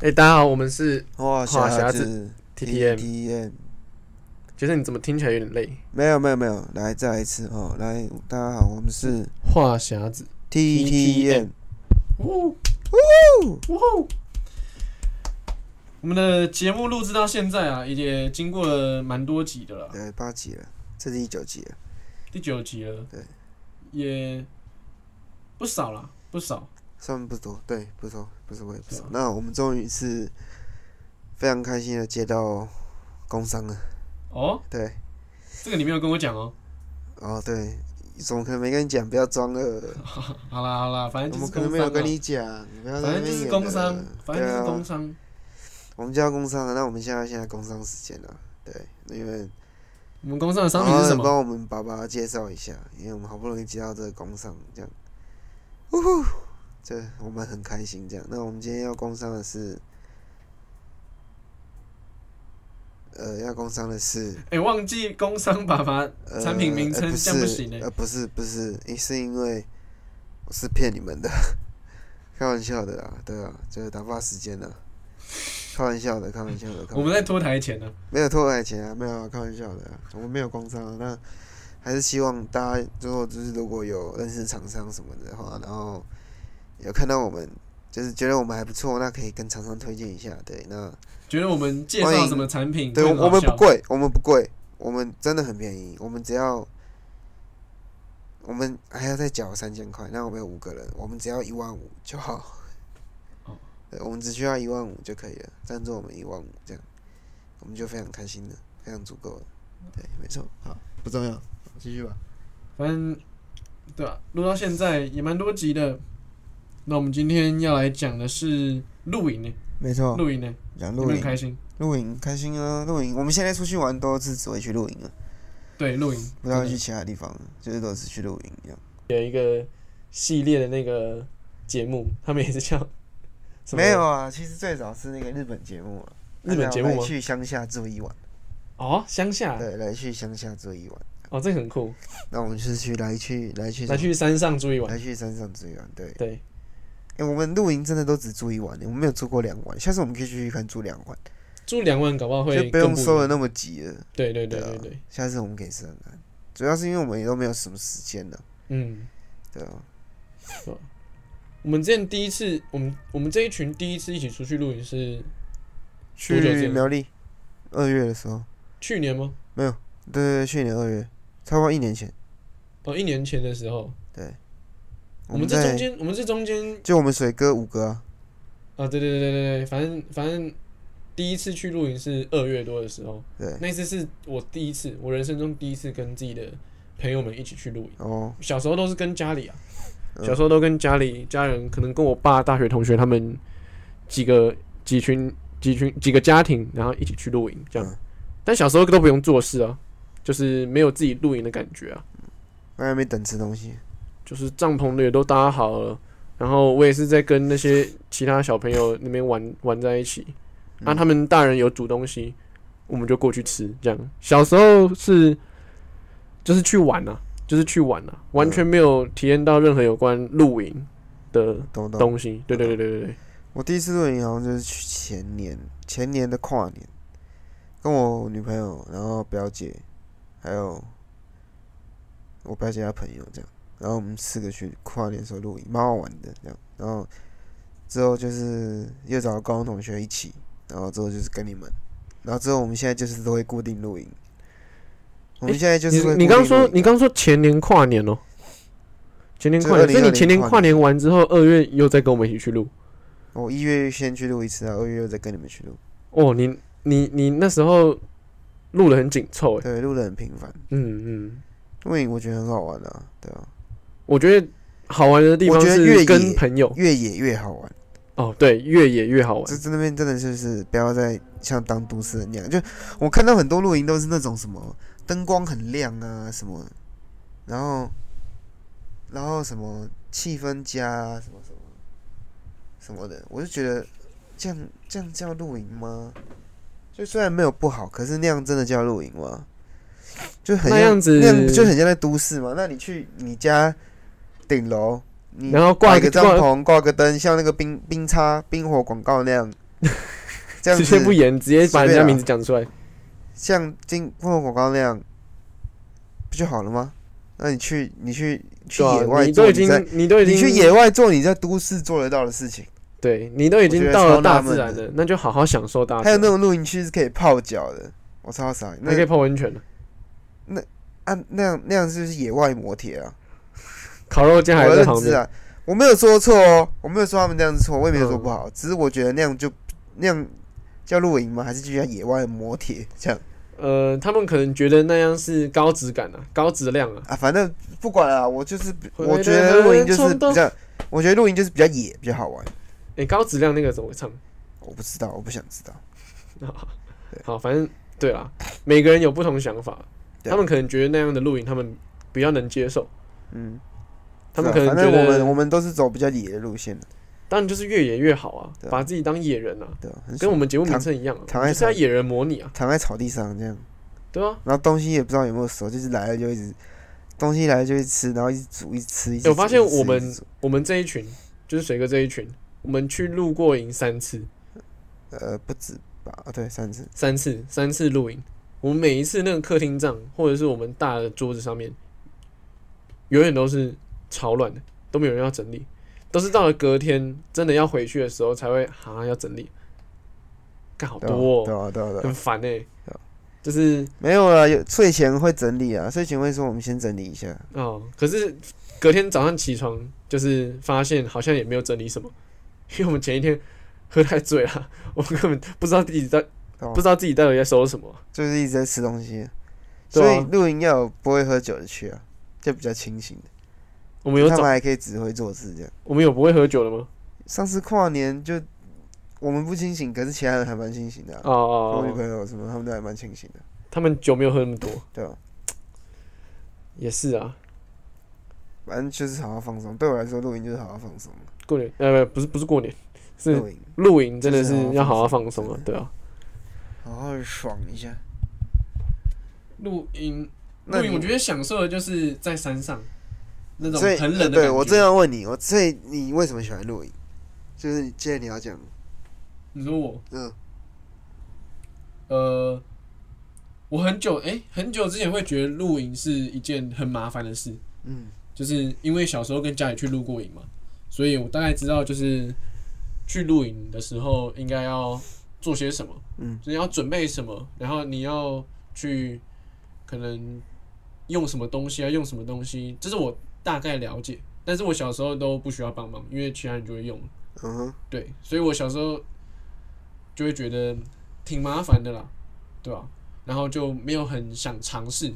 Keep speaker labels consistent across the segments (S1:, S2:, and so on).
S1: 哎、大家好，我们是话
S2: 话
S1: 匣
S2: 匣
S1: 子
S2: 子
S1: TTM
S2: T M，
S1: 觉得你怎么听起来有点累？
S2: 没有没有没有，来再来一次哦，来大家好，我们是
S1: 话匣子，
S2: T T M，
S1: 呜呜呜！我们的节目录制到现在啊，也经过了蛮多集的了，
S2: 呃八集了，这是第九集了，
S1: 第九集了，
S2: 对，
S1: 也不少啦，不少。
S2: 算不多，对，不多，不是我也不
S1: 对
S2: 少
S1: 啊。
S2: 那我们终于是非常开心的接到工商了，
S1: 哦，
S2: 对，
S1: 这个你没有跟我讲哦。
S2: 哦对，怎么可能没跟你讲？不要装了，
S1: 好啦好啦，反正就
S2: 我们
S1: 是
S2: 可
S1: 工商
S2: 能没
S1: 啊
S2: 有跟你讲，你不要在
S1: 反正就
S2: 那边
S1: 是
S2: 演
S1: 工
S2: 了
S1: 商，反正就
S2: 对
S1: 是
S2: 啊
S1: 工商。
S2: 我们就要工商了，那我们现在现在工商时间了，对，因为。
S1: 我们工商的商品是什
S2: 然后
S1: 么？
S2: 帮我们爸爸介绍一下，因为我们好不容易接到这个工商，这样，呜呼，这我们很开心。这样，那我们今天要工商的是，呃，要工商的是
S1: 哎、忘记工商爸爸
S2: 呃
S1: 产品名称
S2: 呃、
S1: 这
S2: 不是
S1: 样不行欸
S2: 呃，不是不是，诶是因为我是骗你们的， 开玩笑的啦，对啊，就是打发时间的，开玩笑的，开玩笑的，开玩笑的
S1: 我们在拖台前呢、
S2: 没有拖台前啊，没有、啊、开玩笑的啊、我们没有工商啊。那还是希望大家之后就是如果有认识厂商什么的话，然后有看到我们就是觉得我们还不错，那可以跟厂商推荐一下。对，那
S1: 觉得我们介绍什么产品
S2: 对
S1: 会
S2: 我
S1: 很好
S2: 我们
S1: 笑
S2: 不贵，我们不贵，我们真的很便宜，我们只要我们还要再缴三千块，那我们有五个人，我们只要一万五就好
S1: 哦。
S2: 对，我们只需要一万五就可以了，赞助我们一万五这样，我们就非常开心了，非常足够了。对，没错，好，不重要，继续吧。
S1: 反正对啊，录到现在也蛮多集的。那我们今天要来讲的是露营呢，
S2: 没错，
S1: 露营呢，
S2: 讲
S1: 有
S2: 露
S1: 没有
S2: 营，
S1: 开心？
S2: 露营开心啊，露营。我们现在出去玩都是只会去露营啊，
S1: 对，露营
S2: 不要去其他地方，就是都是去露营这样。
S1: 有一个系列的那个节目，他们也是叫什么
S2: 没有啊，其实最早是那个日本节目啊，
S1: 日本节目
S2: 来
S1: 吗？
S2: 去乡下住一晚，
S1: 哦，乡下
S2: 对，来去乡下住一晚。
S1: 哦，这个很酷，
S2: 那我们就是去来去来去
S1: 来去山上住一晚。
S2: 来去山上住一晚，对。
S1: 对，
S2: 哎、我们露营真的都只住一晚，我们没有住过两晚。下次我们可以去看住两晚，
S1: 住两晚搞不好会
S2: 就不
S1: 更
S2: 用
S1: 一
S2: 收
S1: 样
S2: 的那么急了。
S1: 对对对
S2: 对
S1: 对
S2: 啊
S1: 对，
S2: 下次我们可以试看看。主要是因为我们也都没有什么时间了，
S1: 嗯，
S2: 对啊，
S1: 我们之前第一次，我们我们这一群第一次一起出去露营是多久之
S2: 去
S1: 前
S2: 苗栗，二月的时候，
S1: 去年吗？
S2: 对对对，去年二月，差不多一年前。
S1: 哦，一年前的时候，我们这
S2: 在
S1: 中间，我们这中间
S2: 就我们水哥五哥啊，
S1: 啊，对对对对对对，反正反正第一次去露营是二月多的时候，
S2: 对，
S1: 那次是我第一次，我人生中第一次跟自己的朋友们一起去露营。
S2: 哦，
S1: 小时候都是跟家里啊，
S2: 嗯
S1: 小时候都跟家里家人，可能跟我爸、大学同学他们几个几群几群几个家庭，然后一起去露营这样。
S2: 嗯
S1: 但小时候都不用做事啊，就是没有自己露营的感觉啊，
S2: 我还没等吃东西，
S1: 就是帐篷的也都搭好了，然后我也是在跟那些其他小朋友那边玩玩在一起，啊，
S2: 嗯
S1: 他们大人有煮东西，我们就过去吃。这样小时候是就是去玩啊，就是去玩啊，完全没有体验到任何有关露营的
S2: 懂不懂？
S1: 东西。对对对对对对，
S2: 我第一次露营好像就是去前年，前年的跨年，跟我女朋友，然后表姐，还有我表姐她朋友这样，然后我们四个去跨年的时候露营，蛮好玩的这样。然后之后就是又找高中同学一起，然后之后就是跟你们，然后之后我们现在就是都会固定露营。我们现在就是会
S1: 你你刚
S2: 固定露
S1: 说
S2: 啊营
S1: 你刚说前年跨年哦、前年跨年，
S2: 就
S1: 所以你
S2: 2020
S1: 前年
S2: 跨年
S1: 跨年完之后，二月又再跟我们一起去录。
S2: 我一月先去露一次啊，二月又再跟你们去露，
S1: 哦，你你你那时候录的很紧凑哎，
S2: 对，露的很频繁。
S1: 嗯嗯，
S2: 露营我觉得很好玩啊，对啊，
S1: 我觉得好玩的地
S2: 我
S1: 方
S2: 觉得越
S1: 是
S2: 野
S1: 跟朋友
S2: 越野越好玩。
S1: 哦，对，越野越好玩。
S2: 这这那边真的就是不要再像当都市人那样，就我看到很多露营都是那种什么灯光很亮啊什么，然后然后什么气氛加啊什么什么什么的，我就觉得这样这样叫露营吗？就虽然没有不好，可是那样真的叫露营吗？就很像
S1: 那样子
S2: 那样就很像在都市嘛。那你去你家顶楼，你
S1: 然后挂
S2: 摆
S1: 个
S2: 个帐
S1: 挂
S2: 篷，挂个灯，像那个冰冰叉冰火广告那样，这样
S1: 直接不
S2: 子
S1: 演，直接把人
S2: 随便
S1: 家
S2: 啊
S1: 名字讲出来。
S2: 像进泡沫广告那样，不就好了吗？那你去你去去
S1: 对啊
S2: 野外
S1: 你
S2: 做，
S1: 都已
S2: 你在
S1: 经，你都已经
S2: 你去野外做你在都市做得到的事情。
S1: 对你都已
S2: 我觉
S1: 经
S2: 得
S1: 到
S2: 超
S1: 了
S2: 纳
S1: 大
S2: 闷
S1: 自然
S2: 的
S1: 了，那就好好享受大自然。
S2: 还有那种露营区是可以泡脚的，我超傻眼。那
S1: 还可以泡温泉呢，
S2: 啊，那样那样是不是野外摩铁啊？
S1: 烤肉架
S2: 我
S1: 还
S2: 的
S1: 在
S2: 认
S1: 旁
S2: 知
S1: 边。
S2: 啊，我没有说错哦，我没有说他们这样子错，我也没有说
S1: 嗯
S2: 不好，只是我觉得那样就那样叫露营吗？还是就叫野外摩铁这样
S1: 呃，他们可能觉得那样是高质感啊，高质量啊。
S2: 啊？反正不管啊，我就是
S1: 回来
S2: 我觉得露营就是
S1: 冲动
S2: 比较，我觉得露营就是比较野，比较好玩。
S1: 诶，高质量那个怎么唱？
S2: 我不知道，我不想知道。
S1: 好，反正对啦，每个人有不同想法，
S2: 对啊
S1: 他们可能觉得那样的露营他们比较能接受，
S2: 嗯，
S1: 他们
S2: 是
S1: 可
S2: 啊
S1: 能
S2: 反正
S1: 觉
S2: 我们我
S1: 得，
S2: 们都是走比较野的路线的，
S1: 当然就是越野越好啊
S2: 对，啊
S1: 把自己当野人啊，
S2: 对吧？很
S1: 跟
S2: 爽
S1: 我们节目名
S2: 躺
S1: 称一样啊，
S2: 躺
S1: 我们
S2: 在
S1: 就是要
S2: 床
S1: 野人模拟啊，
S2: 躺在草地上这样，
S1: 对啊。
S2: 然后东西也不知道有没有熟，就是来了就一直东西来了就一直吃，然后一直煮一直吃。一直
S1: 欸我发
S2: 煮
S1: 现
S2: 一直吃
S1: 我
S2: 一直
S1: 们
S2: 煮
S1: 我们这一群就是水哥这一群，我们去露过营三次，
S2: 呃不止吧？啊对，三次。
S1: 三次三次露营，我们每一次那个客厅帐或者是我们大的桌子上面，永远都是超乱的，都没有人要整理，都是到了隔天真的要回去的时候才会啊要整理，干好
S2: 对
S1: 多、哦，
S2: 啊对啊对啊对
S1: 很
S2: 啊，
S1: 烦哎、
S2: 对啊
S1: 就是
S2: 没有啦，有睡前会整理啊，睡前会说我们先整理一下，
S1: 哦，可是隔天早上起床就是发现好像也没有整理什么， 因为我们前一天喝太醉了， 我们根本不知道自己在、
S2: 对啊
S1: 不知道自己到底在收拾什么。
S2: 就是一直在吃东西，
S1: 对
S2: 所
S1: 啊
S2: 以露营要有不会喝酒的去啊，就比较清醒的，
S1: 我们有
S2: 他们
S1: 早
S2: 还可以指挥做事这样。
S1: 我们有不会喝酒的吗？
S2: 上次跨年就我们不清醒，可是其他人还蛮清醒的、啊。
S1: 哦哦
S2: 我女
S1: 哦，
S2: 朋友什么，他们都还蛮清醒的，
S1: 他们酒没有喝那么多，
S2: 对吧？
S1: 也是啊。
S2: 反正就是好好放松。对我来说，露营就是好好放松。
S1: 过年呃不不是不是过年，是
S2: 露营，
S1: 露营，真的
S2: 就是
S1: 是要
S2: 要
S1: 好
S2: 好
S1: 好
S2: 好
S1: 放
S2: 放
S1: 松
S2: 松
S1: 啊，对啊。
S2: 好好爽一下。
S1: 露营
S2: 那你
S1: 得享受的就是在山上那
S2: 所以呃对我正要问你，我所以你为什么喜欢露营？就是你既然你要讲，
S1: 你说我
S2: 嗯，
S1: 呃，我很久哎、诶很久之前会觉得露营是一件很麻烦的事，
S2: 嗯，
S1: 就是因为小时候跟家里去露过营嘛，所以我大概知道就是去露营的时候应该要做些什么，
S2: 嗯，
S1: 就是要准备什么，然后你要去可能用什么东西啊，用什么东西，这是我大概了解，但是我小时候都不需要帮忙，因为其他人就会用。
S2: 嗯哼，
S1: 对，所以我小时候就会觉得挺麻烦的啦，对吧、然后就没有很想尝试，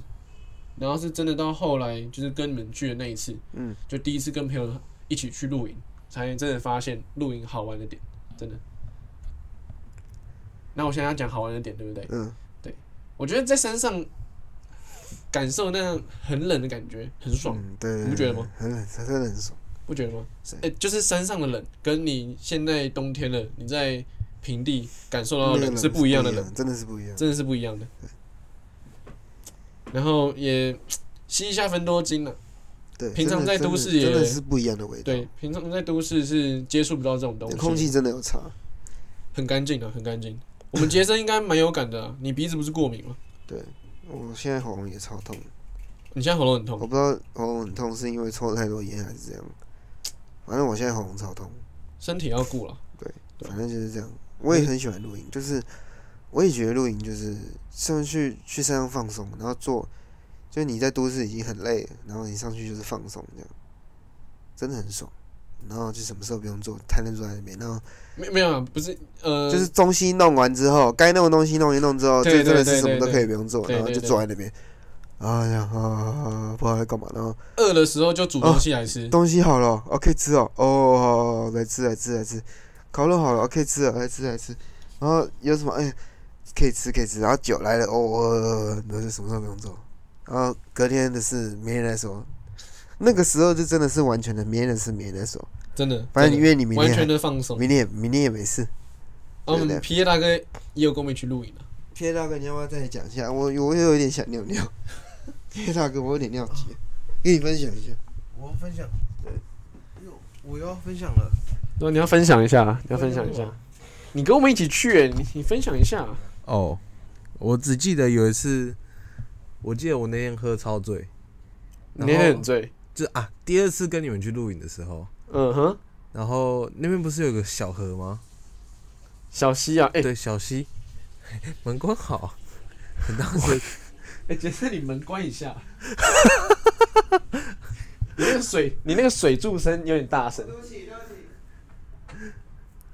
S1: 然后是真的到后来就是跟你们去的那一次，
S2: 嗯，
S1: 就第一次跟朋友一起去露营，才真的发现露营好玩的点，真的。那我现在要讲好玩的点，对不对？
S2: 嗯，
S1: 我觉得在山上感受那样很冷的感觉很爽，
S2: 嗯，对，
S1: 你不觉得吗？
S2: 很冷，真的很爽。
S1: 不觉得吗？
S2: 是
S1: 哎、就是山上的冷，跟你现在冬天了，你在平地感受到
S2: 那
S1: 的
S2: 个
S1: 冷
S2: 冷
S1: 啊是不一样的冷，，
S2: 真的是不一样。
S1: 真的是不一样的。然后也吸一下芬多精了、
S2: 对，
S1: 平常
S2: 真的
S1: 在
S2: 真
S1: 都
S2: 的
S1: 市也
S2: 真的是不一样的味道，
S1: 对，平常在都市是接触不到这种东西，
S2: 空气真的有差。
S1: 很干净的，啊很干净。我们杰森应该蛮有感的、啊， 你鼻子不是过敏吗？
S2: 对，我现在喉咙也超痛，
S1: 你现在喉咙很
S2: 我
S1: 痛，
S2: 不知道喉咙很痛是因为抽太多烟还是怎样，反正我现在喉咙超痛。
S1: 身体要顾了。对
S2: 反正就是这样。我也很喜欢露营，就是我也觉得露营就是上去去山上放松，然后做，就是你在都市已经很累了，然后你上去就是放松这样，真的很爽。然后就什么事都不用做，瘫在坐在那边，然后
S1: 没没有啊，不是，呃，
S2: 就是东西弄完之后，该弄的东西弄一弄之后，就
S1: 对
S2: 真的
S1: 对
S2: 是什么都
S1: 对
S2: 可以不用做，
S1: 对
S2: 然后
S1: 对
S2: 就
S1: 对
S2: 坐在那边，啊呀啊啊啊，不知道在干嘛，然后
S1: 饿的时候就煮东西来吃。
S2: 东西好了，哦，可以吃哦，哦，好好好来吃来吃来吃，烤肉好了，哦可以吃了，来吃来吃，然后有什么哎，可以吃可以吃，然后酒来了，哦，哦然后就什么都不用做，然后隔天的事没人来说，那个时候就真的是完全的没人的事没人来说，
S1: 真的，
S2: 反正
S1: 真
S2: 因
S1: 的
S2: 为你明
S1: 完全
S2: 天
S1: 的放松。
S2: 明天也明天也没事。
S1: 然后我们皮耶大哥也有跟我们一起露营啊。
S2: P 大哥，你要不要再讲一下？我我有点想尿尿。P 大哥，我有点尿急，跟你分享一下。
S3: 我要分享，对，哎呦我又要分享了。
S1: 对，你要分享一下，你要分享一
S3: 我
S1: 下
S3: 要。
S1: 你跟我们一起去耶，你你分享一下。
S3: 哦，我只记得有一次，我记得我那天喝超醉，
S1: 你
S3: 然后
S1: 那天很醉，
S3: 就啊，第二次跟你们去露营的时候，
S1: 嗯哼，
S3: 然后那边不是有个小河吗？
S1: 小溪啊，哎、
S3: 对，小溪， 门关好，很大声，
S1: 哎，杰森，你门关一下。 你那个水，你那个水柱声有点大声。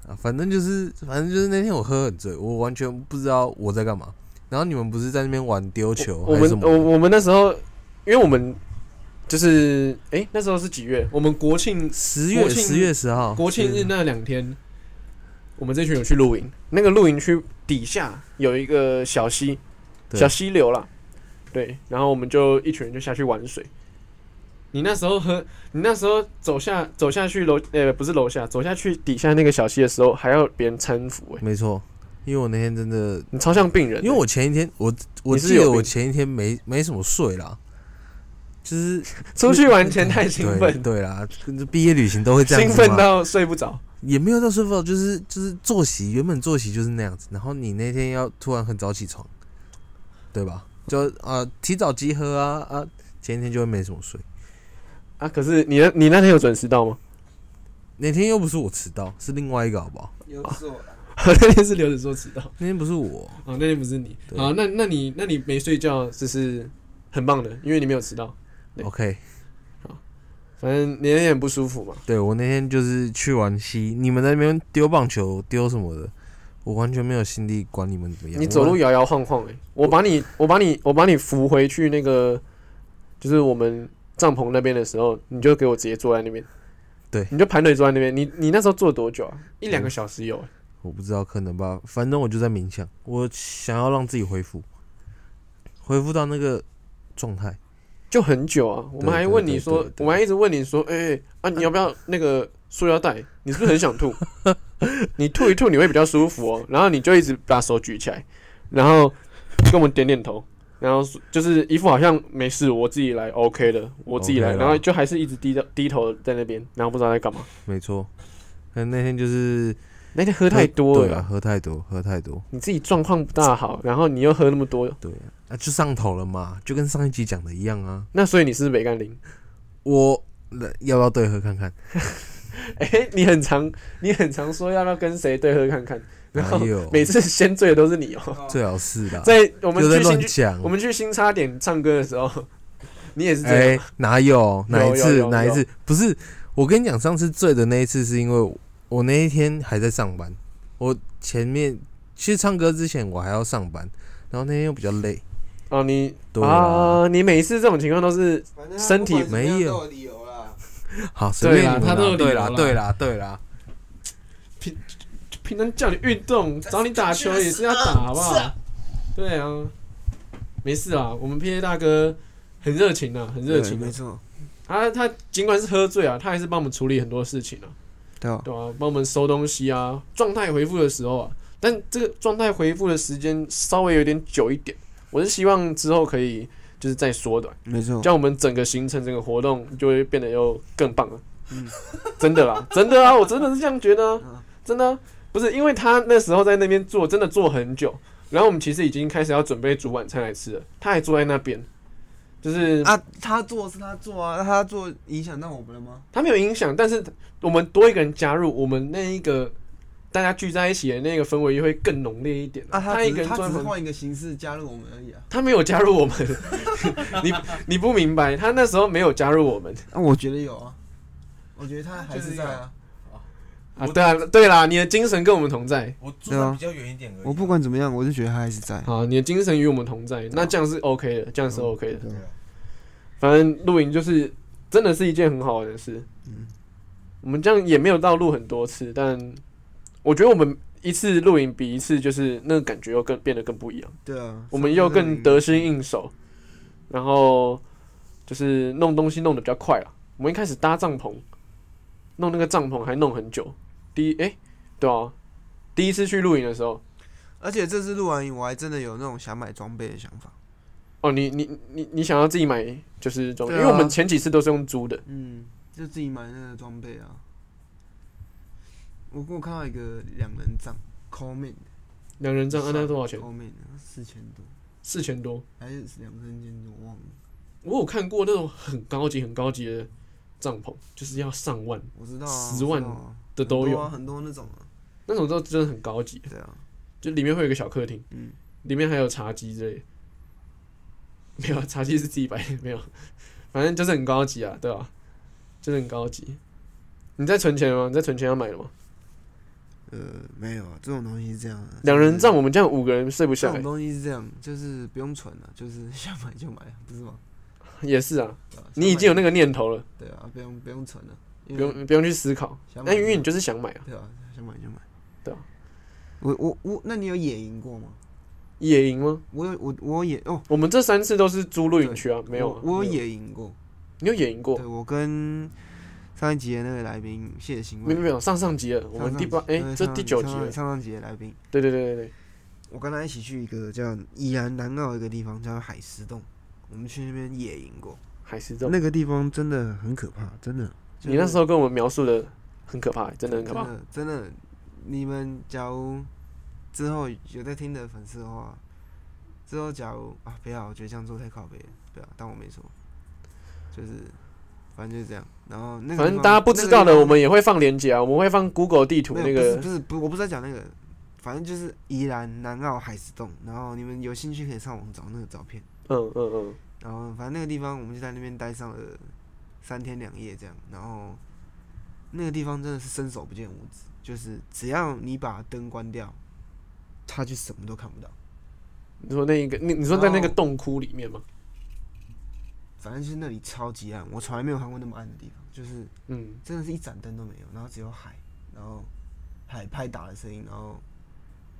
S3: 啊，反正就是，反正就是那天我喝很醉，我完全不知道我在干嘛。然后你们不是在那边玩丢球
S1: 我
S3: 还
S1: 们
S3: 是什么
S1: 我
S3: 的？
S1: 我们那时候，因为我们就是哎、那时候是几月？我们国庆
S3: 十
S1: 国
S3: 月
S1: 庆
S3: 十月十号，
S1: 国庆日
S3: 哦是
S1: 那两天，我们这群有去露营，那个露营区底下有一个小溪，
S3: 对
S1: 小溪流啦。对，然后我们就一群人就下去玩水。你那时候喝，你那时候走下走下去楼，呃，不是楼下，走下去底下那个小溪的时候，还要别人搀扶、欸，
S3: 没错，因为我那天真的，
S1: 你超像病人的、欸
S3: 因为我前一天我我
S1: 你是
S3: 记得
S1: 有
S3: 我
S1: 病
S3: 前一天没没什么睡啦，就是
S1: 出去玩前太 兴奋，
S3: 对对啦，跟着毕业旅行都会这样
S1: 兴
S3: 子
S1: 奋
S3: 嘛
S1: 到睡不着。
S3: 也没有到睡不着，就是就是作息原本作息就是那样子，然后你那天要突然很早起床，对吧？就啊、提早集合啊啊，前一天就会没什么睡，
S1: 啊！可是你那你那天有准时到 吗？
S3: 那天又不是我迟到，是另外一个好不好？
S2: 有哦错，
S1: 那天是刘子说迟到，
S3: 那天不是我，
S1: 哦，那天不是你。
S3: 对
S1: 好，那那你那你没睡觉，这是很棒的，因为你没有迟到。对
S3: OK，
S1: 反正你有点不舒服嘛。
S3: 对我那天就是去玩西，你们在那边丢棒球丢什么的，我完全没有啊心力管你们怎么样。
S1: 你走路
S3: 我
S1: 摇摇晃晃、欸，我把你我把你我把你扶回去那个，就是我们帐篷那边的时候，你就给我直接坐在那边。
S3: 对
S1: 你就盘腿坐在那边。你你那时候坐多久啊？一两个小时有、欸
S3: 我不知道可能吧，反正我就在冥想，我想要让自己恢复，恢复到那个状态。
S1: 就很久啊。我们还问你说
S3: 对对，对
S1: 我们还一直问你说，哎、 啊，你要不要那个塑料袋？你是不是很想吐？ 你吐一吐你会比较舒服哦。然后你就一直把手举起来，然后跟我们点点头，然后就是一副好像没事，我自己来 OK 的，我自己来。
S3: OK 啦
S1: 然后就还是一直低头低头在那边，然后不知道在干嘛。
S3: 没错，但那天就是
S1: 那天喝太多
S3: 对啊，
S1: 了，
S3: 喝太多，喝太多，
S1: 你自己状况不大好，然后你又喝那么多，
S3: 对啊，啊就上头了嘛，就跟上一集讲的一样啊。
S1: 那所以你是不是没干零？
S3: 我来要不要对喝看看？
S1: 哎、你很常你很常说要不要跟谁对喝看 看，然后
S3: 哪有
S1: 每次先醉的都是你 哦、
S3: 最好是啦，
S1: 在我们
S3: 又在
S1: 去
S3: 乱
S1: 新
S3: 讲
S1: 我。们去新差点唱歌的时候， 你也是这
S3: 哎
S1: 样，，
S3: 哪有哪
S1: 有
S3: 一
S1: 有
S3: 次
S1: 有
S3: 哪一次？不是，我跟你讲，上次醉的那一次是因为我那一天还在上班，我前面其实唱歌之前我还要上班，然后那天又比较累，
S1: 哦，你
S3: 对啦，
S1: 啊，你每一次这种情况都是
S2: 反正
S1: 身体
S3: 没有
S2: 理由啦。
S3: 好随便
S1: 对啦
S3: 你们
S1: 他都有
S3: 啦，对啦
S1: 理由啦
S3: 对啦对啦，
S1: 平常叫你运动，找你打球也是要打，好不好？对啊，没事啊，我们 P A 大哥很热情啊，很热
S2: 对，
S1: 情啊
S2: 没。错，
S1: 他他尽管是喝醉啊，他还是帮我们处理很多事情啊，
S2: 对啊，
S1: 对啊，帮我们收东西啊，状态恢复的时候啊，但这个状态恢复的时间稍微有点久一点，我是希望之后可以就是再缩短。
S2: 没错
S1: 这，样我们整个行程、整个活动就会变得又更棒了。 真的啦，真的啊，我真的是这样觉得啊、真的啊、不是因为他那时候在那边坐，真的坐很久，然后我们其实已经开始要准备煮晚餐来吃了，他还坐在那边，就是
S2: 啊，他做是他做啊，他做影响到我们了吗？
S1: 他没有影响，但是我们多一个人加入，我们那一个大家聚在一起的那个氛围又会更浓烈一点、
S2: 啊，他
S1: 他
S2: 只
S1: 一
S2: 是
S1: 个人
S2: 他
S1: 坐在
S2: 只
S1: 旁
S2: 是
S1: 边
S2: 换一个形式加入我们而已啊。
S1: 他没有加入我们， 你你不明白，他那时候没有加入我们。
S2: 啊，我觉得有啊，我觉得他还是在
S3: 就是
S2: 啊。
S1: 啊，对啊，对啦，你的精神跟我们同在。
S3: 我住
S2: 得对啊比
S3: 较远一点而
S2: 我不管怎么样，我就觉得他还是在。
S1: 好，你的精神与我们同在，那这样是 OK 的，这样是 OK 的。
S2: 啊对啊
S1: 反正露营就是真的是一件很好玩的事。
S2: 嗯
S1: 我们这样也没有到录很多次，但我觉得我们一次露营比一次就是那个感觉又更变得更不一样，
S2: 对啊，
S1: 我们又更得心应手，然后就是弄东西弄得比较快了。我们一开始搭帐篷，弄那个帐篷还弄很久。第一，哎、对啊，第一次去露营的时候，
S2: 而且这次录完影，我还真的有那种想买装备的想法。
S1: 哦，你你你你想要自己买就是装备，
S2: 对啊
S1: 因为我们前几次都是用租的，
S2: 嗯，就自己买那个装备啊。我我看到一个两人帐， Coleman，
S1: 两人
S2: 啊
S1: 账按到多少钱？
S2: ？Coleman 啊四千多，
S1: 四千多。
S2: 还是两三千多，忘了。
S1: 我有看过那种很高级、很高级的帐篷，就是要上万
S2: 我知道啊，
S1: 10万
S2: 我知道啊
S1: 的都
S2: 很多啊
S1: 有，
S2: 很多那种啊。
S1: 那种都真的很高级，
S2: 对啊，
S1: 就里面会有一个小客厅，
S2: 嗯，
S1: 里面还有茶几之类的。 没有啊茶几是自己摆的，没有，反正就是很高级啊，对吧、就是很高级。你在存钱吗？你在存钱要买了吗？
S2: 呃，没有啊，这种东西是这样啊。
S1: 两人
S2: 就是
S1: 帐，我们这样五个人睡不
S2: 这
S1: 下
S2: 种
S1: 来，
S2: 东西是这样，就是不用存了、啊就是 想买就买，啊不是吗？
S1: 也是啊。
S2: 对啊
S1: 你已经有
S2: 想
S1: 那个念头了，
S2: 买嗯对啊，不用不用存了、因
S1: 不
S2: 为
S1: 用不用去思考，
S2: 想
S1: 那
S2: 买
S1: 因为
S2: 就
S1: 你就是想买啊。
S2: 对啊，想买就买。
S1: 对啊，
S2: 我我我，那你有野营过吗？
S1: 野营吗？
S2: 我有我我有野哦，
S1: 我们这三次都是租露营区啊，
S2: 我
S1: 没有啊。
S2: 我
S1: 没
S2: 有野营过。
S1: 你有野营过
S2: 对，？我跟上一集的那个来宾谢行
S1: 没
S2: 为
S1: 有，没有，上上集了，我们
S2: 上
S1: 第八
S2: 上集
S1: 哎
S2: 对，
S1: 这
S2: 上
S1: 第九集
S2: 上
S1: 了。
S2: 上上集的来宾，
S1: 对对对对对，
S2: 我跟他一起去一个叫宜兰南澳一个地方叫海石洞，我们去那边野营过，
S1: 海狮洞。
S2: 那个地方真的很可怕，真的。
S1: 你那时候跟我们描述的很可怕，真的很可怕。
S2: 真的真的，你们假如之后有在听的粉丝的话，之后假如啊不要，我觉得这样做太靠背了，不要当我没说，就是反正就是这样。然后那个
S1: 反
S2: 地
S1: 正
S2: 方
S1: 大家不知道的，我。
S2: 那个地方
S1: 们也会放链接啊，我们会放 Google 地图
S2: 没
S1: 那
S2: 有
S1: 个
S2: 不是不是不，我不是在讲那个，反正就是宜兰南澳海石洞，然后你们有兴趣可以上网找那个照片，
S1: 嗯嗯嗯，
S2: 然后反正那个地方我们就在那边待上了三天两夜这样，然后那个地方真的是伸手不见五指，就是只要你把灯关掉，他就什么都看不到，
S1: 你说那一个，你你说在那
S2: 哦
S1: 个洞窟里面吗？
S2: 反正就是那里超级暗，我从来没有看过那么暗的地方，就是
S1: 嗯，
S2: 真的是一盏灯都没有，然后只有海，然后海拍打的声音，然后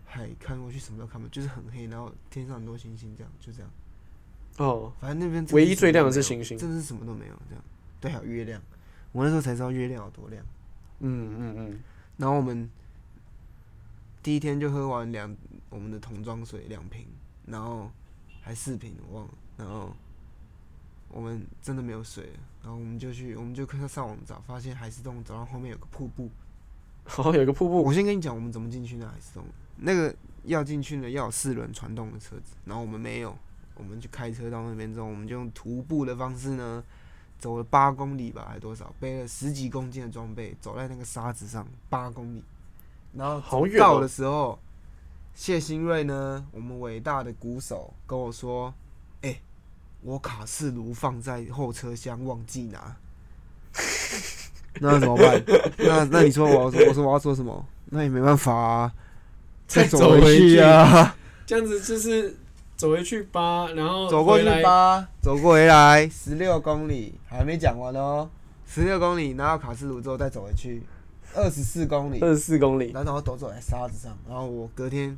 S2: 海看过去什么都看不，就是很黑，然后天上很多星星，这样就这样。
S1: 哦，
S2: 反正那边真的
S1: 唯一
S2: 是什么
S1: 最亮
S2: 都
S1: 的是
S2: 没
S1: 星
S2: 有
S1: 星
S2: 真的是什么都没有这样。对，还有月亮，我那时候才知道月亮有多亮。
S1: 嗯嗯嗯，
S2: 然后我们第一天就喝完两我们的桶装水两瓶，然后还四瓶我忘了，然后我们真的没有水了，然后我们就去我们就看上网找，发现海石洞走到后面有个瀑布。
S1: 好，哦有一个瀑布，
S2: 我先跟你讲我们怎么进去那海石洞，那个要进去呢要有四轮传动的车子，然后我们没有，我们就开车到那边之后，我们就用徒步的方式呢。走了八公里吧，还多少？背了十几公斤的装备，走在那个沙子上八公里，然后
S1: 好远
S2: 到
S1: 哦
S2: 的，时候，谢新瑞呢，我们伟大的鼓手跟我说：“哎、我卡式炉放在后车厢，忘记拿。”那怎么办？那那你说我要我说我要做什么？那也没办法啊，
S1: 再
S2: 走
S1: 走回
S2: 去
S1: 去
S2: 啊，
S1: 这样子就是走回去吧，然后
S2: 走过去
S1: 回来，
S2: 吧，走过回来十六公里，还没讲完哦，十六公里拿到卡式炉之后再走回去，二十四公里，
S1: 二十四公里，
S2: 然后我都走在沙子上，然后我隔天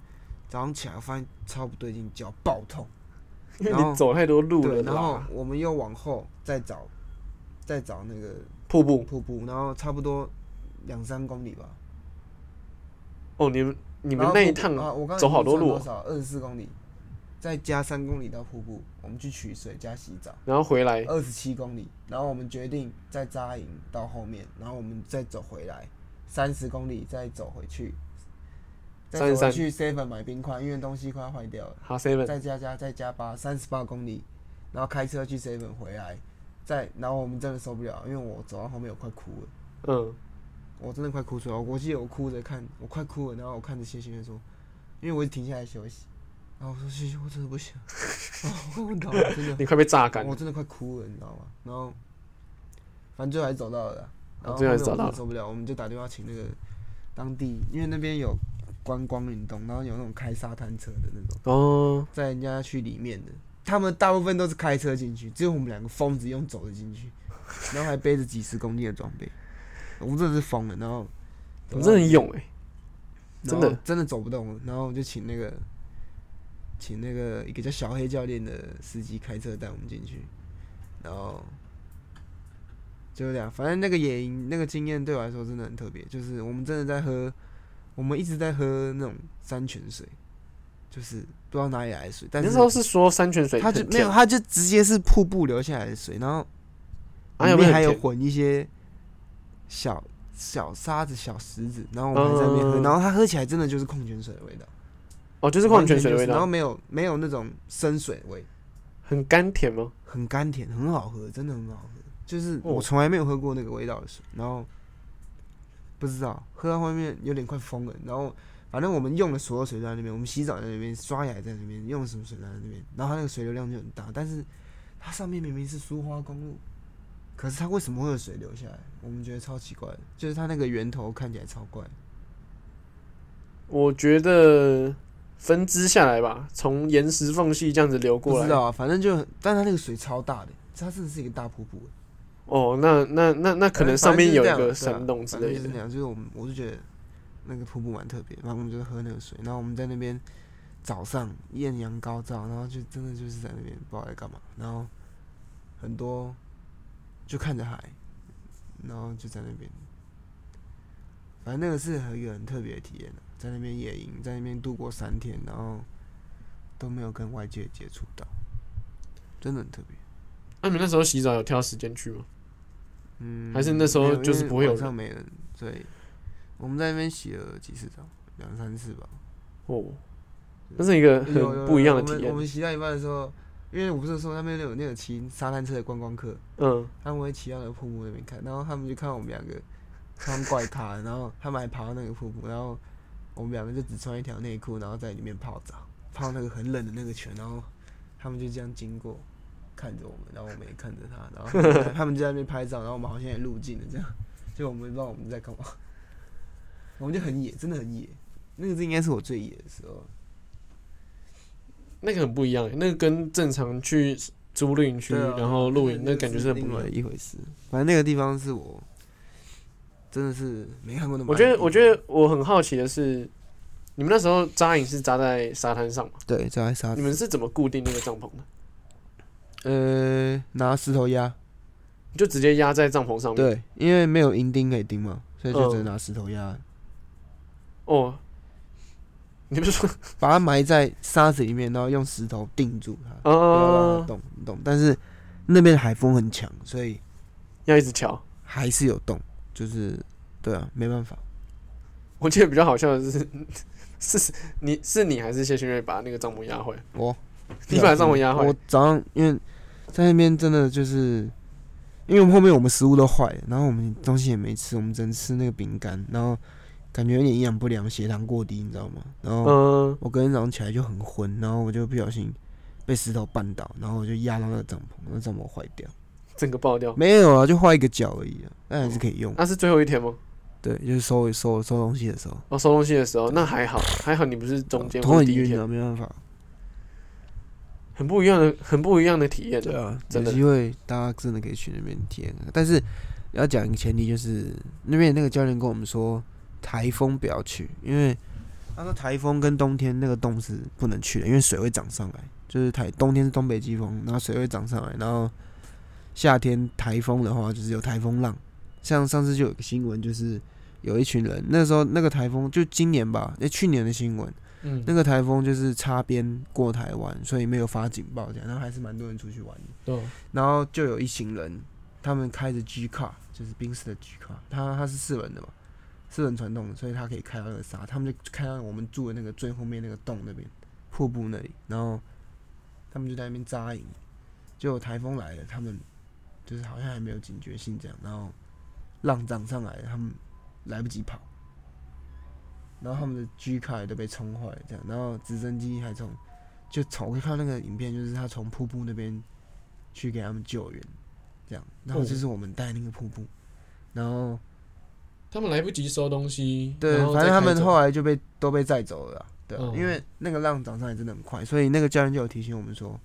S2: 早上起来发现超不对劲，脚爆痛。
S1: 因为
S2: 然 后
S1: 你走太多路
S2: 对，
S1: 了
S2: 然后
S1: 啦。
S2: 我们又往后再找，再找那个
S1: 瀑布，
S2: 瀑布，然后差不多两三公里吧。
S1: 哦，你们你们
S2: 然后
S1: 那一
S2: 瀑布
S1: 趟
S2: 啊，我刚才
S1: 走好多路
S2: 多
S1: 哦
S2: 少？二十四公里，再加三公里到瀑布，我们去取水加洗澡，
S1: 然后回来，
S2: 二十七公里。然后我们决定再扎营到后面，然后我们再走回来，三十公里再走回去。再走回
S1: 33
S2: 去 seven 买冰块，因为东西快要坏掉了。
S1: 好 seven，
S2: 再加加再加八，三十八公里，然后开车去 seven 回来，再然后我们真的受不了，因为我走到后面我快哭了，
S1: 嗯，
S2: 我真的快哭出来，我记得我哭着看，我快哭了，然后我看着谢欣然说，因为我一直停下来休息，然后我说谢谢，我真的 不行，啊，我快昏倒了，真
S1: 你
S2: 的，
S1: 快被榨干
S2: 我，真的快哭了，你知道吗？然后反正最后还是找到了啦，然后
S1: 哦最后还是
S2: 后面
S1: 找到
S2: 我真的
S1: 了
S2: 受不了，我们就打电话请那个当地，因为那边有观光运动，然后有那种开沙滩车的那种。
S1: 哦，
S2: 在人家区里面的，他们大部分都是开车进去，只有我们两个疯子用走的进去，然后还背着几十公斤的装备，我们真的是疯了。然后
S1: 我真的很勇哎、
S2: 然
S1: 真
S2: 后
S1: 的
S2: 真的走不动了，然后我就请那个请那个一个叫小黑教练的司机开车带我们进去，然后就这样，反正那个野营那个经验对我来说真的很特别，就是我们真的在喝，我们一直在喝那种山泉水，就是不知道哪里来的水，但
S1: 你
S2: 是
S1: 那时候是说山泉水
S2: 它
S1: 很
S2: 就
S1: 甜，
S2: 没有，它就直接是瀑布流下来的水，然后
S1: 啊，
S2: 里
S1: 有没
S2: 面
S1: 有
S2: 还
S1: 很
S2: 有
S1: 甜？
S2: 混一些小小沙子、小石子，然后我们还在那边喝，
S1: 嗯
S2: 然后它喝起来真的就是矿泉水的味道，
S1: 哦，就
S2: 就是
S1: 矿泉水的味
S2: 然后
S1: 道，
S2: 没有没有那种生水味，
S1: 很甘甜吗？
S2: 很甘甜，很好喝，真的很好喝。就是
S1: 哦
S2: 我从来没有喝过那个味道的水，然后不知道喝到后面有点快疯了，然后反正我们用的所有水都在那边，我们洗澡在那边，刷牙也在那边，用什么水都在那边，然后它那个水流量就很大，但是它上面明明是苏花公路，可是它为什么会有水流下来？我们觉得超奇怪的，就是它那个源头看起来超怪，
S1: 我觉得分支下来吧，从岩石缝隙这样子流
S2: 不
S1: 过
S2: 知
S1: 来。
S2: 道啊，反正就很，但它那个水超大的，它真的是一个大瀑布。
S1: 哦，那那那那可能上面有一个山洞之
S2: 啊反正
S1: 类
S2: 就是那
S1: 的。
S2: 样，就是我们我就觉得那个瀑布蛮特别，然后我们就喝那个水，然后我们在那边早上艳阳高照，然后就真的就是在那边不知道在干嘛，然后很多就看着海，然后就在那边，反正那个是很一个很特别的体验、啊、在那边野营，在那边度过三天，然后都没有跟外界接触到，真的很特别。
S1: 那、你们那时候洗澡有挑时间去吗？
S2: 嗯，
S1: 还是那时候
S2: 没有
S1: 就是
S2: 因为
S1: 不会有
S2: 晚上没人，所以我们在那边洗了几次澡，两三次吧。
S1: 哦，那是一个
S2: 有有
S1: 很
S2: 有
S1: 不一样的体
S2: 我们我
S1: 验。
S2: 们洗到一半的时候，因为我不是说那边有那个骑沙滩车的观光客，
S1: 嗯，
S2: 他们会骑到那个瀑布那边看，然后他们就看到我们两个穿怪咖，然后他们还爬到那个瀑布，然后我们两个就只穿一条内裤，然后在里面泡澡，泡那个很冷的那个泉，然后他们就这样经过。看着我们，然后我们也看着他，然后他们就在他们就在那边拍照，然后我们好像也入镜了，这样， 就我们不知道我们在干嘛， 我们就很野，真的很野，那个是应该是我最野的时候，
S1: 那个很不一样，欸那个跟正常去租露营区、
S2: 对啊
S1: 然后露营那感觉是很
S2: 另
S1: 不一
S2: 外
S1: 样。
S2: 一回事。反正那个地方是我真的是没看过那么
S1: 我
S2: 暗的
S1: 觉
S2: 地
S1: 得，
S2: 方。
S1: 我觉得我很好奇的是，你们那时候扎营是扎在沙滩上吗？
S2: 对，这还沙
S1: 你
S2: 子，
S1: 们是怎么固定那个帐篷的？嗯
S2: 呃，拿石头压，
S1: 就直接压在帐篷上面？
S2: 对，因为没有银钉可以钉嘛，所以就只
S1: 嗯
S2: 能拿石头压，
S1: 哦，你不是说
S2: 把它埋在沙子里面，然后用石头定住它，不要让它
S1: 哦，
S2: 动你动。但是那边的海风很强，所以
S1: 要一直瞧。
S2: 还是有动，就是对啊，没办法。
S1: 我记得比较好笑的是，是 你是你还是谢欣瑞把那个帐篷压坏？
S2: 我，
S1: 你把帐篷压坏
S2: 啊我早上因为在那边真的就是，因为我们后面我们食物都坏了，然后我们东西也没吃，我们只能吃那个饼干，然后感觉有点营养不良，血糖过低，你知道吗？然后
S1: 嗯，
S2: 我隔天早上起来就很昏，然后我就不小心被石头绊倒，然后我就压到那个帐篷，那帐篷坏掉，
S1: 整个爆掉。
S2: 没有啊，就坏一个角而已啊，但还是可以用。
S1: 那、是最后一天吗？
S2: 对，就是收收收东西的时候，
S1: 哦，收东西的时候，那还好，还好你不是中间
S2: 头
S1: 或
S2: 很
S1: 第一
S2: 晕
S1: 天，
S2: 啊，没办法。
S1: 很不一样的，很不一样的体验。
S2: 对啊，
S1: 真的
S2: 有机会大家真的可以去那边体验看看。啊但是要讲一个前提，就是那边那个教练跟我们说，台风不要去，因为他说台风跟冬天那个洞是不能去的，因为水会涨上来。就是台冬天是东北季风，然后水会涨上来，然后夏天台风的话就是有台风浪。像上次就有个新闻，就是有一群人，那时候那个台风就今年吧，那去年的新闻，
S1: 嗯，
S2: 那个台风就是擦边过台湾，所以没有发警报，这样，然后还是蛮多人出去玩的。
S1: 对哦，
S2: 然后就有一行人，他们开着 G car，就是宾士的 G car，它它是四轮的嘛，四轮传动的，所以它可以开到那个沙，他们就开到我们住的那个最后面那个洞那边，瀑布那里，然后他们就在那边扎营，结果台风来了，他们就是好像还没有警觉性这样，然后浪涨上来了，他们来不及跑。然后他们的 G 卡也都被冲坏了，这样，然后直升机还从就从我看到那个影片，就是他从瀑布那边去给他们救援，这样，然后就是我们带那个瀑布，然后
S1: 他们来不及收东西，
S2: 对，
S1: 然后
S2: 反正
S1: 再
S2: 他
S1: 开
S2: 们
S1: 走
S2: 后来就被都被载走了啦，对啊、
S1: 嗯
S2: 因为那个浪涨上来真的很快，所以那个教练就有提醒我们说，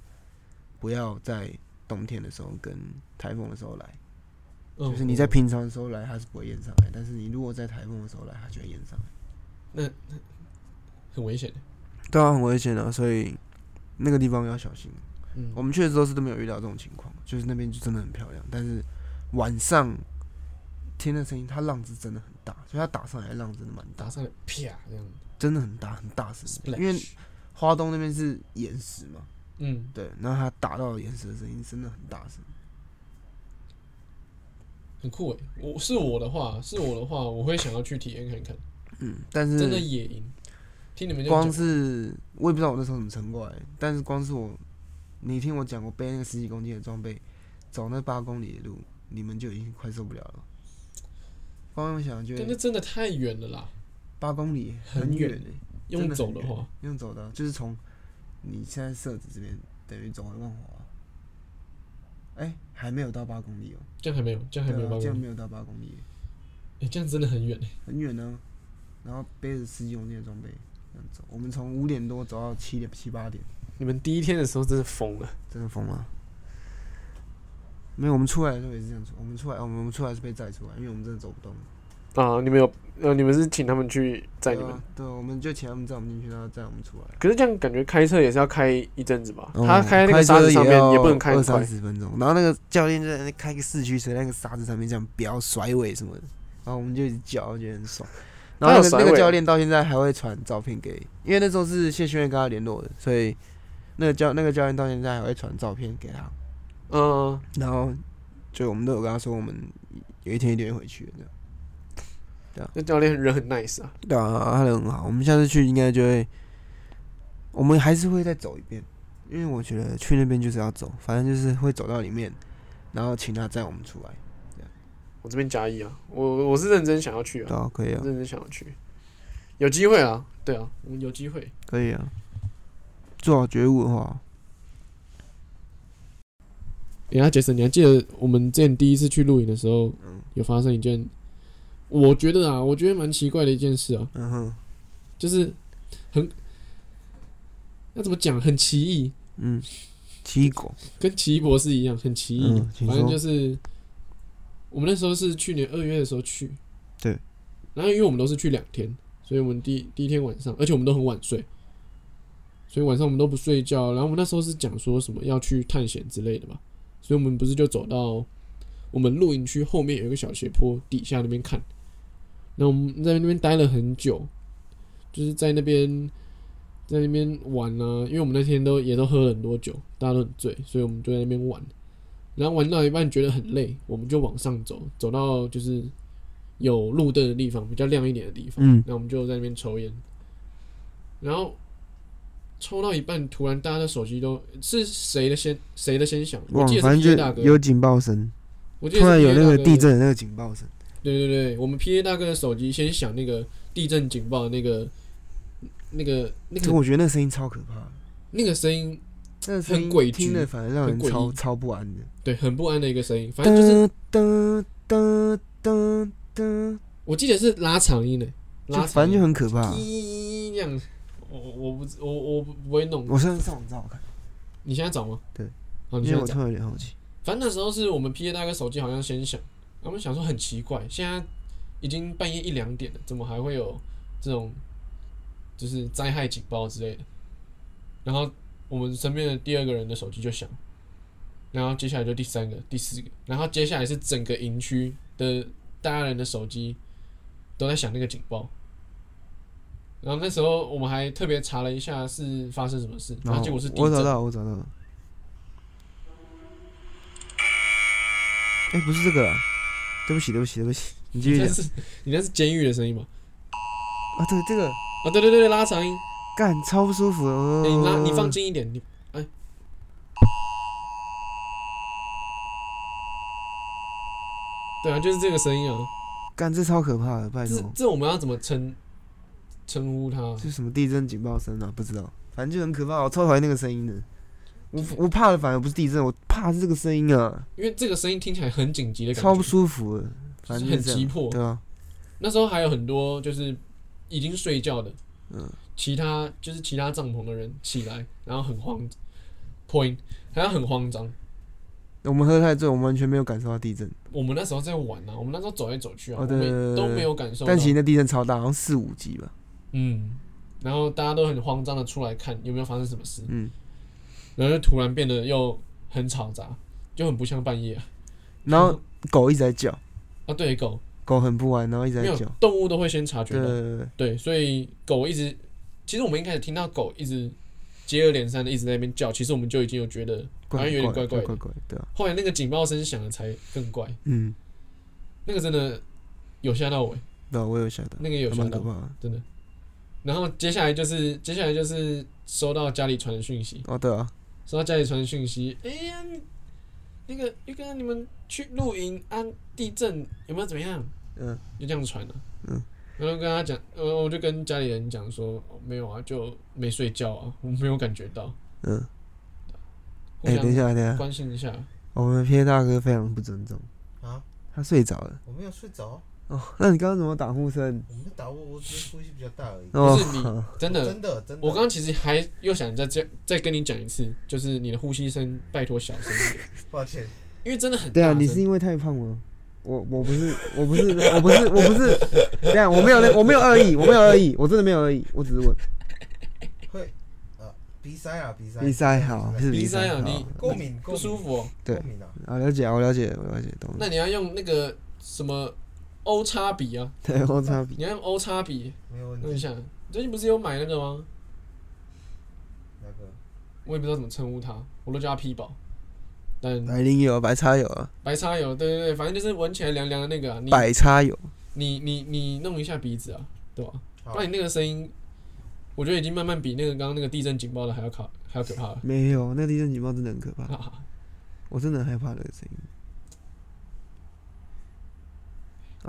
S2: 不要在冬天的时候跟台风的时候来，
S1: 嗯
S2: 就是你在平常的时候来，它是不会淹上来，但是你如果在台风的时候来，它就会淹上来。
S1: 嗯很危险。
S2: 对啊，很危险啊，所以那个地方要小心。
S1: 嗯
S2: 我，们去的时候是都没有遇到这种情况，就是那边就真的很漂亮，但是晚上听那声音，它浪是真的很大，所以它打上来的浪真的蛮大
S1: 打，上来啪这样
S2: 真的很大很大声，
S1: ，splash，
S2: 因为花东那边是岩石嘛，
S1: 嗯，
S2: 对，然后它打到岩石的声音真的很大声，
S1: 很酷诶。我是我的话，是我的话，我会想要去体验看看，
S2: 嗯，
S3: 但
S1: 真的
S3: 是
S1: 野营。听你们这样
S2: 光
S1: 讲，
S2: 是我也不知道我那时候怎么撑过来，但是光是我，你听我讲，我背那个十几公斤的装备，走那八公里的路，你们就已经快受不了了。光用想就
S1: 但那真的太远了啦，
S2: 八公里
S1: 很
S2: 远
S1: 远
S2: 欸
S1: 用
S2: 真的很
S1: 走的
S2: 远
S1: 话，
S2: 用走的啊，就是从你现在设置这边等于走回万华，哎、还没有到八公里哦、
S1: 这样还没有，这样还没
S2: 对
S1: 有
S2: 啊
S1: 八公
S2: 这样
S1: 里，
S2: 没有到八公里耶，
S1: 哎、这样真的很远诶。
S2: 很远呢、然后背着十几公斤的装备这样走，我们从五点多走到七点七八点，
S1: 你们第一天的时候真的疯了，
S2: 真的疯了。没有，我们出来的时候也是这样子。我们出来，我们我们出来是被载出来，因为我们真的走不动。
S1: 啊！你们有呃，你们是请他们去载你
S2: 对啊
S1: 们，
S2: 对啊，我们就请他们载我们进去，然后载我们出来。
S1: 可是这样感觉开车也是要开一阵子吧？
S2: 哦
S1: 他开那个沙子上面也不能开
S2: 二
S1: 很
S2: 三
S1: 快，
S2: 十分钟，然后那个教练就在那开个四驱车，那个沙子上面这样飙甩尾什么的，然后我们就一直叫，觉得很爽。然后
S1: 他有
S2: 那个
S1: 甩尾
S2: 那个教练到现在还会传照片给，因为那时候是谢轩跟他联络的，所以那个教那个教练到现在还会传照片给他，
S1: 嗯、
S2: 然后就我们都有跟他说我们有一天一定会回去的这样。
S1: 那教练人很 nice 啊，
S2: 对啊，他人很好。我们下次去应该就会，我们还是会再走一遍，因为我觉得去那边就是要走，反正就是会走到里面，然后请他载我们出来。
S1: 我这边加一啊，我我是认真想要去啊
S2: 对，啊，可以啊，
S1: 认真想要去，有机会啊，对啊，我们有机会。
S2: 可以啊。做好觉悟的话，
S1: 等一下，杰哎森，你还记得我们之前第一次去露营的时候，
S2: 嗯
S1: 有发生一件，我觉得啊，我觉得蛮奇怪的一件事啊，
S2: 嗯哼，
S1: 就是很，要怎么讲，很奇异，
S2: 嗯，奇异果，
S1: 跟奇异博士一样，很奇异。
S2: 嗯请
S1: 反正
S2: 说
S1: 就是我们那时候是去年二月的时候去，
S2: 对。
S1: 然后因为我们都是去两天，所以我们第第一天晚上，而且我们都很晚睡，所以晚上我们都不睡觉。然后我们那时候是讲说什么要去探险之类的嘛，所以我们不是就走到我们露营区后面有一个小斜坡底下那边看。那我们在那边待了很久，就是在那边在那边玩啊，因为我们那天都也都喝了很多酒，大家都很醉，所以我们就在那边玩。然后玩到一半觉得很累，我们就往上走，走到就是有路灯的地方，比较亮一点的地方。
S2: 嗯
S1: 那我们就在那边抽烟，然后抽到一半，突然大家的手机都是谁的先谁的先响？我
S2: 哇
S1: 记，得
S2: 反
S1: 是 PA
S2: 正
S1: 大
S2: 就
S1: 哥，
S2: 有警报声，
S1: 我记得
S2: 突然有那个
S1: 地
S2: 地震的那个警报声，
S1: 对对对，我们 P A 大哥的手机先响那个地震警报的那个、那个、那
S2: 这
S1: 个、
S2: 我觉得那个声音超可怕的，
S1: 那个声音，
S2: 那个声
S1: 很
S2: 音
S1: 诡
S2: 听
S1: 谲
S2: 了反而让
S1: 很
S2: 人
S1: 诡
S2: 超
S1: 异
S2: 超不安的。
S1: 对，很不安的一个声音。反正就是，
S2: 噔噔噔噔噔，
S1: 我记得是拉长音的，
S2: 就
S1: 拉
S2: 反
S1: 长
S2: 正就
S1: 音，
S2: 很可怕。
S1: 滴这样。我我不我我不不会弄，
S2: 我上次上网找看，
S1: 你现在找吗？哦
S2: 对，
S1: 好，你
S2: 因
S1: 现
S2: 为
S1: 在找嗯
S2: 我突。然有点好奇。
S1: 反正那时候是我们 P A 大哥手机好像先响，我们想说很奇怪，现在已经半夜一两点了，怎么还会有这种就是灾害警报之类的？然后我们身边的第二个人的手机就响，然后接下来就第三个、第四个，然后接下来是整个营区的大家人的手机都在响那个警报。然后那时候我们还特别查了一下是发生什么事，然后结果是地
S2: 哦我找
S1: 震。
S2: 到，我找到了。哎、不是这个啊，对不起，对不起，对不起，你继
S1: 你
S2: 续
S1: 那
S2: 讲
S1: 是 你那是监狱的声音吗？
S2: 啊。对，这个
S1: 啊，对对对对，拉长音。
S2: 干超不舒服的。哦
S1: 欸你拉你放近一点，你哎，对啊，就是这个声音啊，
S2: 干这超可怕的，拜
S1: 这
S2: 托，
S1: 这我们要怎么称称呼它？
S2: 这什么地震警报声啊？不知道，反正就很可怕。我超讨厌那个声音的。我我怕的反而不是地震，我怕的是这个声音啊，
S1: 因为这个声音听起来很紧急的感
S2: 超不
S1: 觉，
S2: 舒服的。
S1: 就
S2: 反
S1: 是
S2: 正
S1: 很
S2: 就这
S1: 急
S2: 样，
S1: 迫。
S2: 对啊，
S1: 那时候还有很多就是已经睡觉的，
S2: 嗯，
S1: 其他就是其他帐篷的人起来，然后很慌，point，还要很慌张。
S2: 我们喝太醉，我们完全没有感受到地震。
S1: 我们那时候在玩啊，我们那时候走来走去啊，
S2: 哦
S1: 我
S2: 对
S1: 们也
S2: 对对
S1: 都
S2: 对
S1: 没有感受到。
S2: 但其实那地震超大，好像四五级吧。
S1: 嗯，然后大家都很慌张的出来看有没有发生什么事，
S2: 嗯，
S1: 然后就突然变得又很嘈杂，就很不像半夜啊。
S2: 然后狗一直在叫，
S1: 啊，对，狗
S2: 狗很不安，然后一直
S1: 没
S2: 在
S1: 有
S2: 叫。
S1: 动物都会先察觉
S2: 对
S1: 到，
S2: 对对对，
S1: 对，所以狗一直，其实我们一开始听到狗一直接二连三的一直在那边叫，其实我们就已经有觉得好像有点怪怪
S2: 怪
S1: 的。
S2: 怪怪，对啊，
S1: 后来那个警报声响了才更怪，
S2: 嗯，
S1: 那个真的有吓到我欸，
S2: 那啊我有吓到，
S1: 那个有
S2: 还
S1: 吓
S2: 蛮
S1: 到
S2: 可，怕的。
S1: 真的。然后接下来就是接下来就是收到家里传的讯息，
S2: 哦，对啊，
S1: 收到家里传讯息，哎、呀，你那个玉哥你们去露营啊，地震有没有怎么样？
S2: 嗯，
S1: 就这样传了、
S2: 嗯，
S1: 然后跟他讲，呃，我就跟家里人讲说，哦没有啊，就没睡觉啊，我没有感觉到。
S2: 嗯，
S1: 互
S2: 哎、等一
S1: 相
S2: 下，等一下，
S1: 关心一下，
S2: 我们 P A 大哥非常不尊重
S4: 啊，
S2: 他睡着了。
S4: 我没有睡着，
S2: 哦，那你刚刚怎么打呼声？
S4: 我没有打我，我只是呼吸比较大而已。
S2: 哦
S1: 不，是你真的。
S4: 真的真的，
S1: 我刚刚其实还又想再这样再跟你讲一次，就是你的呼吸声，拜托小声 一点，
S4: 抱歉，
S1: 因为真的很
S2: 对
S1: 大
S2: 啊，
S1: 声。
S2: 你是因为太胖吗？我我不是我不是我不是我不是，对啊，我没 有那我没有恶意，我没有恶意，我真的没有恶意，我只是问
S4: 会呃鼻塞啊鼻塞，
S2: 鼻塞好是
S1: 鼻塞啊
S2: 好
S1: 你
S4: 过敏过敏
S1: 不舒服、哦，
S2: 对
S4: 过敏啊，
S2: 啊，了解啊，我了解我了解，懂了。
S1: 那你要用那个什么欧叉笔啊？
S2: 对， 我差比
S1: 你要用欧叉笔。
S4: 没
S2: 嗯
S4: 有问
S1: 问一
S4: 题。
S1: 下，你最近不是有买那个吗？
S4: 那个
S1: 我也不知道怎么称呼它，我都叫它 P 宝。但
S2: 白灵油、白叉油啊，
S1: 白叉油，对对对，反正就是闻起来凉凉的那个、啊，你
S2: 百叉油，
S1: 你你你弄一下鼻子啊，对吧、
S4: 好
S1: 不然你那个声音，我觉得已经慢慢比那个刚刚那个地震警报的还要卡还要可怕了。
S2: 没有，那个地震警报真的很可怕，
S1: 哈哈
S2: 我真的很害怕那个声音。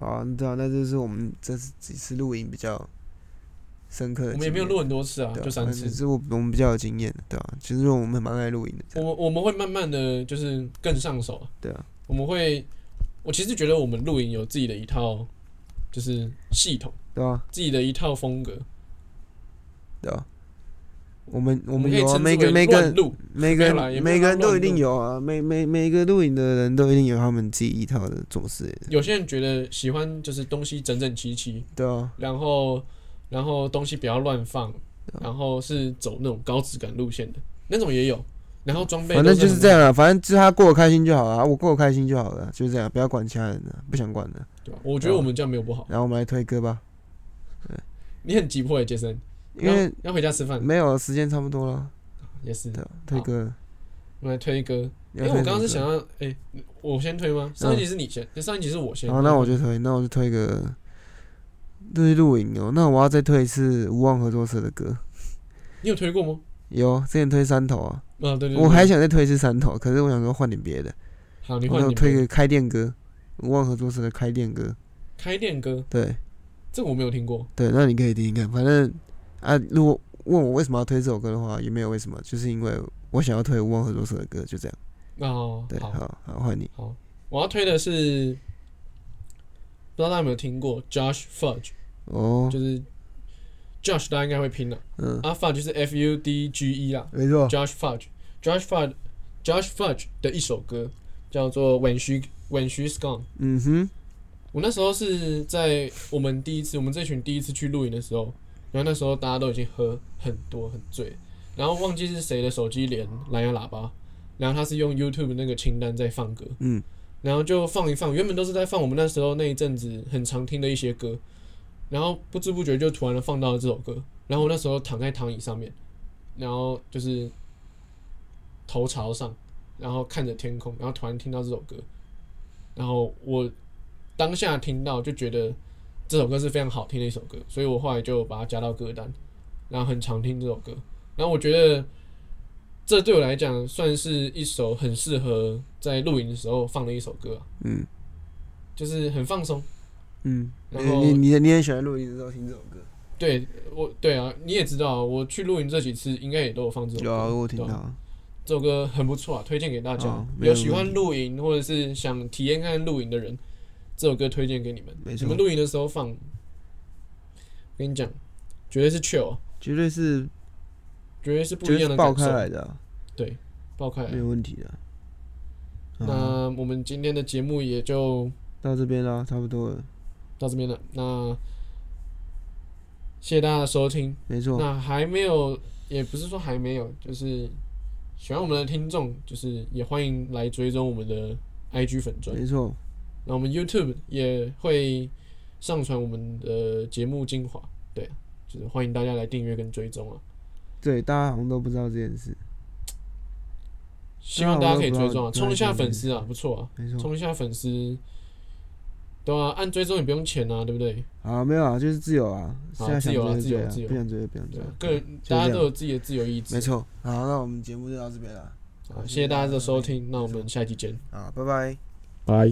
S2: 好啊，对啊，那就是我们这次几次录影比较深刻的
S1: 我
S2: 经验。
S1: 们也没有录很多次啊，
S2: 对啊，
S1: 就三
S2: 但
S1: 次
S2: 只。是我我们比较有经验的，对吧、其实我们蛮爱露营的，这
S1: 我
S2: 样
S1: 们我们会慢慢的就是更上手、啊。
S2: 对啊，
S1: 我们会，我其实觉得我们露营有自己的一套，就是系统，
S2: 对吧、
S1: 自己的一套风格。
S2: 对吧、啊我们我
S1: 我
S2: 们
S1: 可以
S2: 有啊，
S1: 称
S2: 每
S1: 之
S2: 个
S1: 为
S2: 每
S1: 乱
S2: 个
S1: 录，
S2: 每
S1: 没
S2: 个
S1: 有啦也没有
S2: 每个人
S1: 到乱
S2: 都一定
S1: 录
S2: 有啊，每每每个露营的人都一定有他们自己一套的做事，
S1: 有些人觉得喜欢就是东西整整齐齐，
S2: 对啊，
S1: 然后然后东西不要乱放，
S2: 对啊
S1: 然后是走那种高质感路线的那种也有，然后装备
S2: 反正
S1: 都
S2: 就是
S1: 很
S2: 这样啊，反正就是他过得开心就好啊，我过得开心就好了啊，就是这样，不要管其他人了、啊不想管的。
S1: 对吧？我觉得我们这样没有不好。
S2: 然后我们来推歌吧，
S1: 你很急迫诶，杰森，
S2: 因为
S1: 要要回家吃饭
S2: 没有时间差不多了，
S1: 也是。
S2: 对啊，推
S1: 好
S2: 歌了。
S1: 我们来推歌，
S2: 你
S1: 因
S2: 要
S1: 为我
S2: 推
S1: 刚刚
S2: 什
S1: 是
S2: 么
S1: 想
S2: 歌，
S1: 要，哎，我先推吗？上一集是你先，上一集是我先。
S2: 好，那我就推，那我就推个，就是露营哦。那我要再推一次无望合作社的歌，
S1: 你有推过吗？
S2: 有之前推山头啊，
S1: 啊，对对，对
S2: 我还想再推一次山头，可是我想说换点别的，
S1: 好，你
S2: 我
S1: 换
S2: 想
S1: 你
S2: 推
S1: 们
S2: 个开店歌，无望合作社的开店歌，
S1: 开店歌，
S2: 对
S1: 这个我没有听过。
S2: 对，那你可以听听看，反正啊，如果问我为什么要推这首歌的话，也没有为什么，就是因为我想要推无望合作社的歌，就这样。
S1: 哦
S2: 对，，
S1: 好，
S2: 好，好换你，
S1: 好，我要推的是，不知道大家有没有听过 Josh Fudge，
S2: 哦
S1: 就，是 Josh 大家应该会拼了，
S2: 嗯，
S1: 啊 Fudge 就是 F U D G E 啦
S2: 没错，
S1: ，Josh Fudge，Josh Fudge，Josh Fudge 的一首歌叫做 When She When She's Gone。
S2: 嗯哼，
S1: 我那时候是在我们第一次，我们这群第一次去露营的时候，然后那时候大家都已经喝很多很醉，然后忘记是谁的手机连蓝牙喇叭，然后他是用 YouTube 那个清单在放歌，
S2: 嗯，
S1: 然后就放一放，原本都是在放我们那时候那一阵子很常听的一些歌，然后不知不觉就突然的放到了这首歌，然后我那时候躺在躺椅上面，然后就是头朝上，然后看着天空，然后突然听到这首歌，然后我当下听到就觉得这首歌是非常好听的一首歌，所以我后来就把它加到歌单，然后很常听这首歌。然后我觉得这对我来讲算是一首很适合在露营的时候放的一首歌、啊，
S2: 嗯
S1: 就是很放松。
S2: 嗯，
S1: 然
S2: 你
S1: 后
S2: 你你你很喜欢露营的时候听这首歌。
S1: 对我对啊，你也知道啊，我去露营这几次应该也都有放这首歌，
S2: 有啊，我有听
S1: 对啊
S2: 到。
S1: 这首歌很不错啊，推荐给大家。
S2: 哦没有
S1: 有喜
S2: 问
S1: 欢
S2: 题
S1: 露营或者是想体验看看露营的人，这首歌推荐给你们。
S2: 没
S1: 你
S2: 错
S1: 们露营的时候放，我跟你讲，绝对是 chill，啊
S2: 绝对是
S1: 绝对是不一
S2: 绝对
S1: 样的
S2: 是爆
S1: 感受
S2: 开，来的啊、
S1: 爆开来
S2: 没有问题的。好
S1: 那我们今天的节目也就
S2: 到这边啦，差不多了，
S1: 到这边了。那谢谢大家的收听。
S2: 没错，
S1: 那还没有，也不是说还没有，就是喜欢我们的听众，就是也欢迎来追踪我们的 IG 粉专。
S2: 没错，
S1: 那我们 YouTube 也会上传我们的节目精华，对，就是欢迎大家来订阅跟追踪啊。
S2: 对，大家好像都不知道这件事，
S1: 希望大家可以追踪
S2: 那
S1: 啊，
S2: 我也不知道嗯
S1: 冲一下粉丝啊，不错啊，
S2: 没错，
S1: 冲一下粉丝。对啊，按追踪也不用钱啊，对不对？
S2: 啊，没有啊，就是自由啊，
S1: 好
S2: 现在想
S1: 自由啊
S2: 追就追
S1: 自由自由
S2: 不想追就不想追
S1: 对
S2: 啊
S1: 啊，。个人
S2: 就这
S1: 大
S2: 样
S1: 家都有自己的自由意志啊
S5: 没。错，
S2: 好，那我们节目就到这边了，
S1: 好谢谢大家的收听，那我们下期见，
S5: 啊，拜拜。
S1: 拜。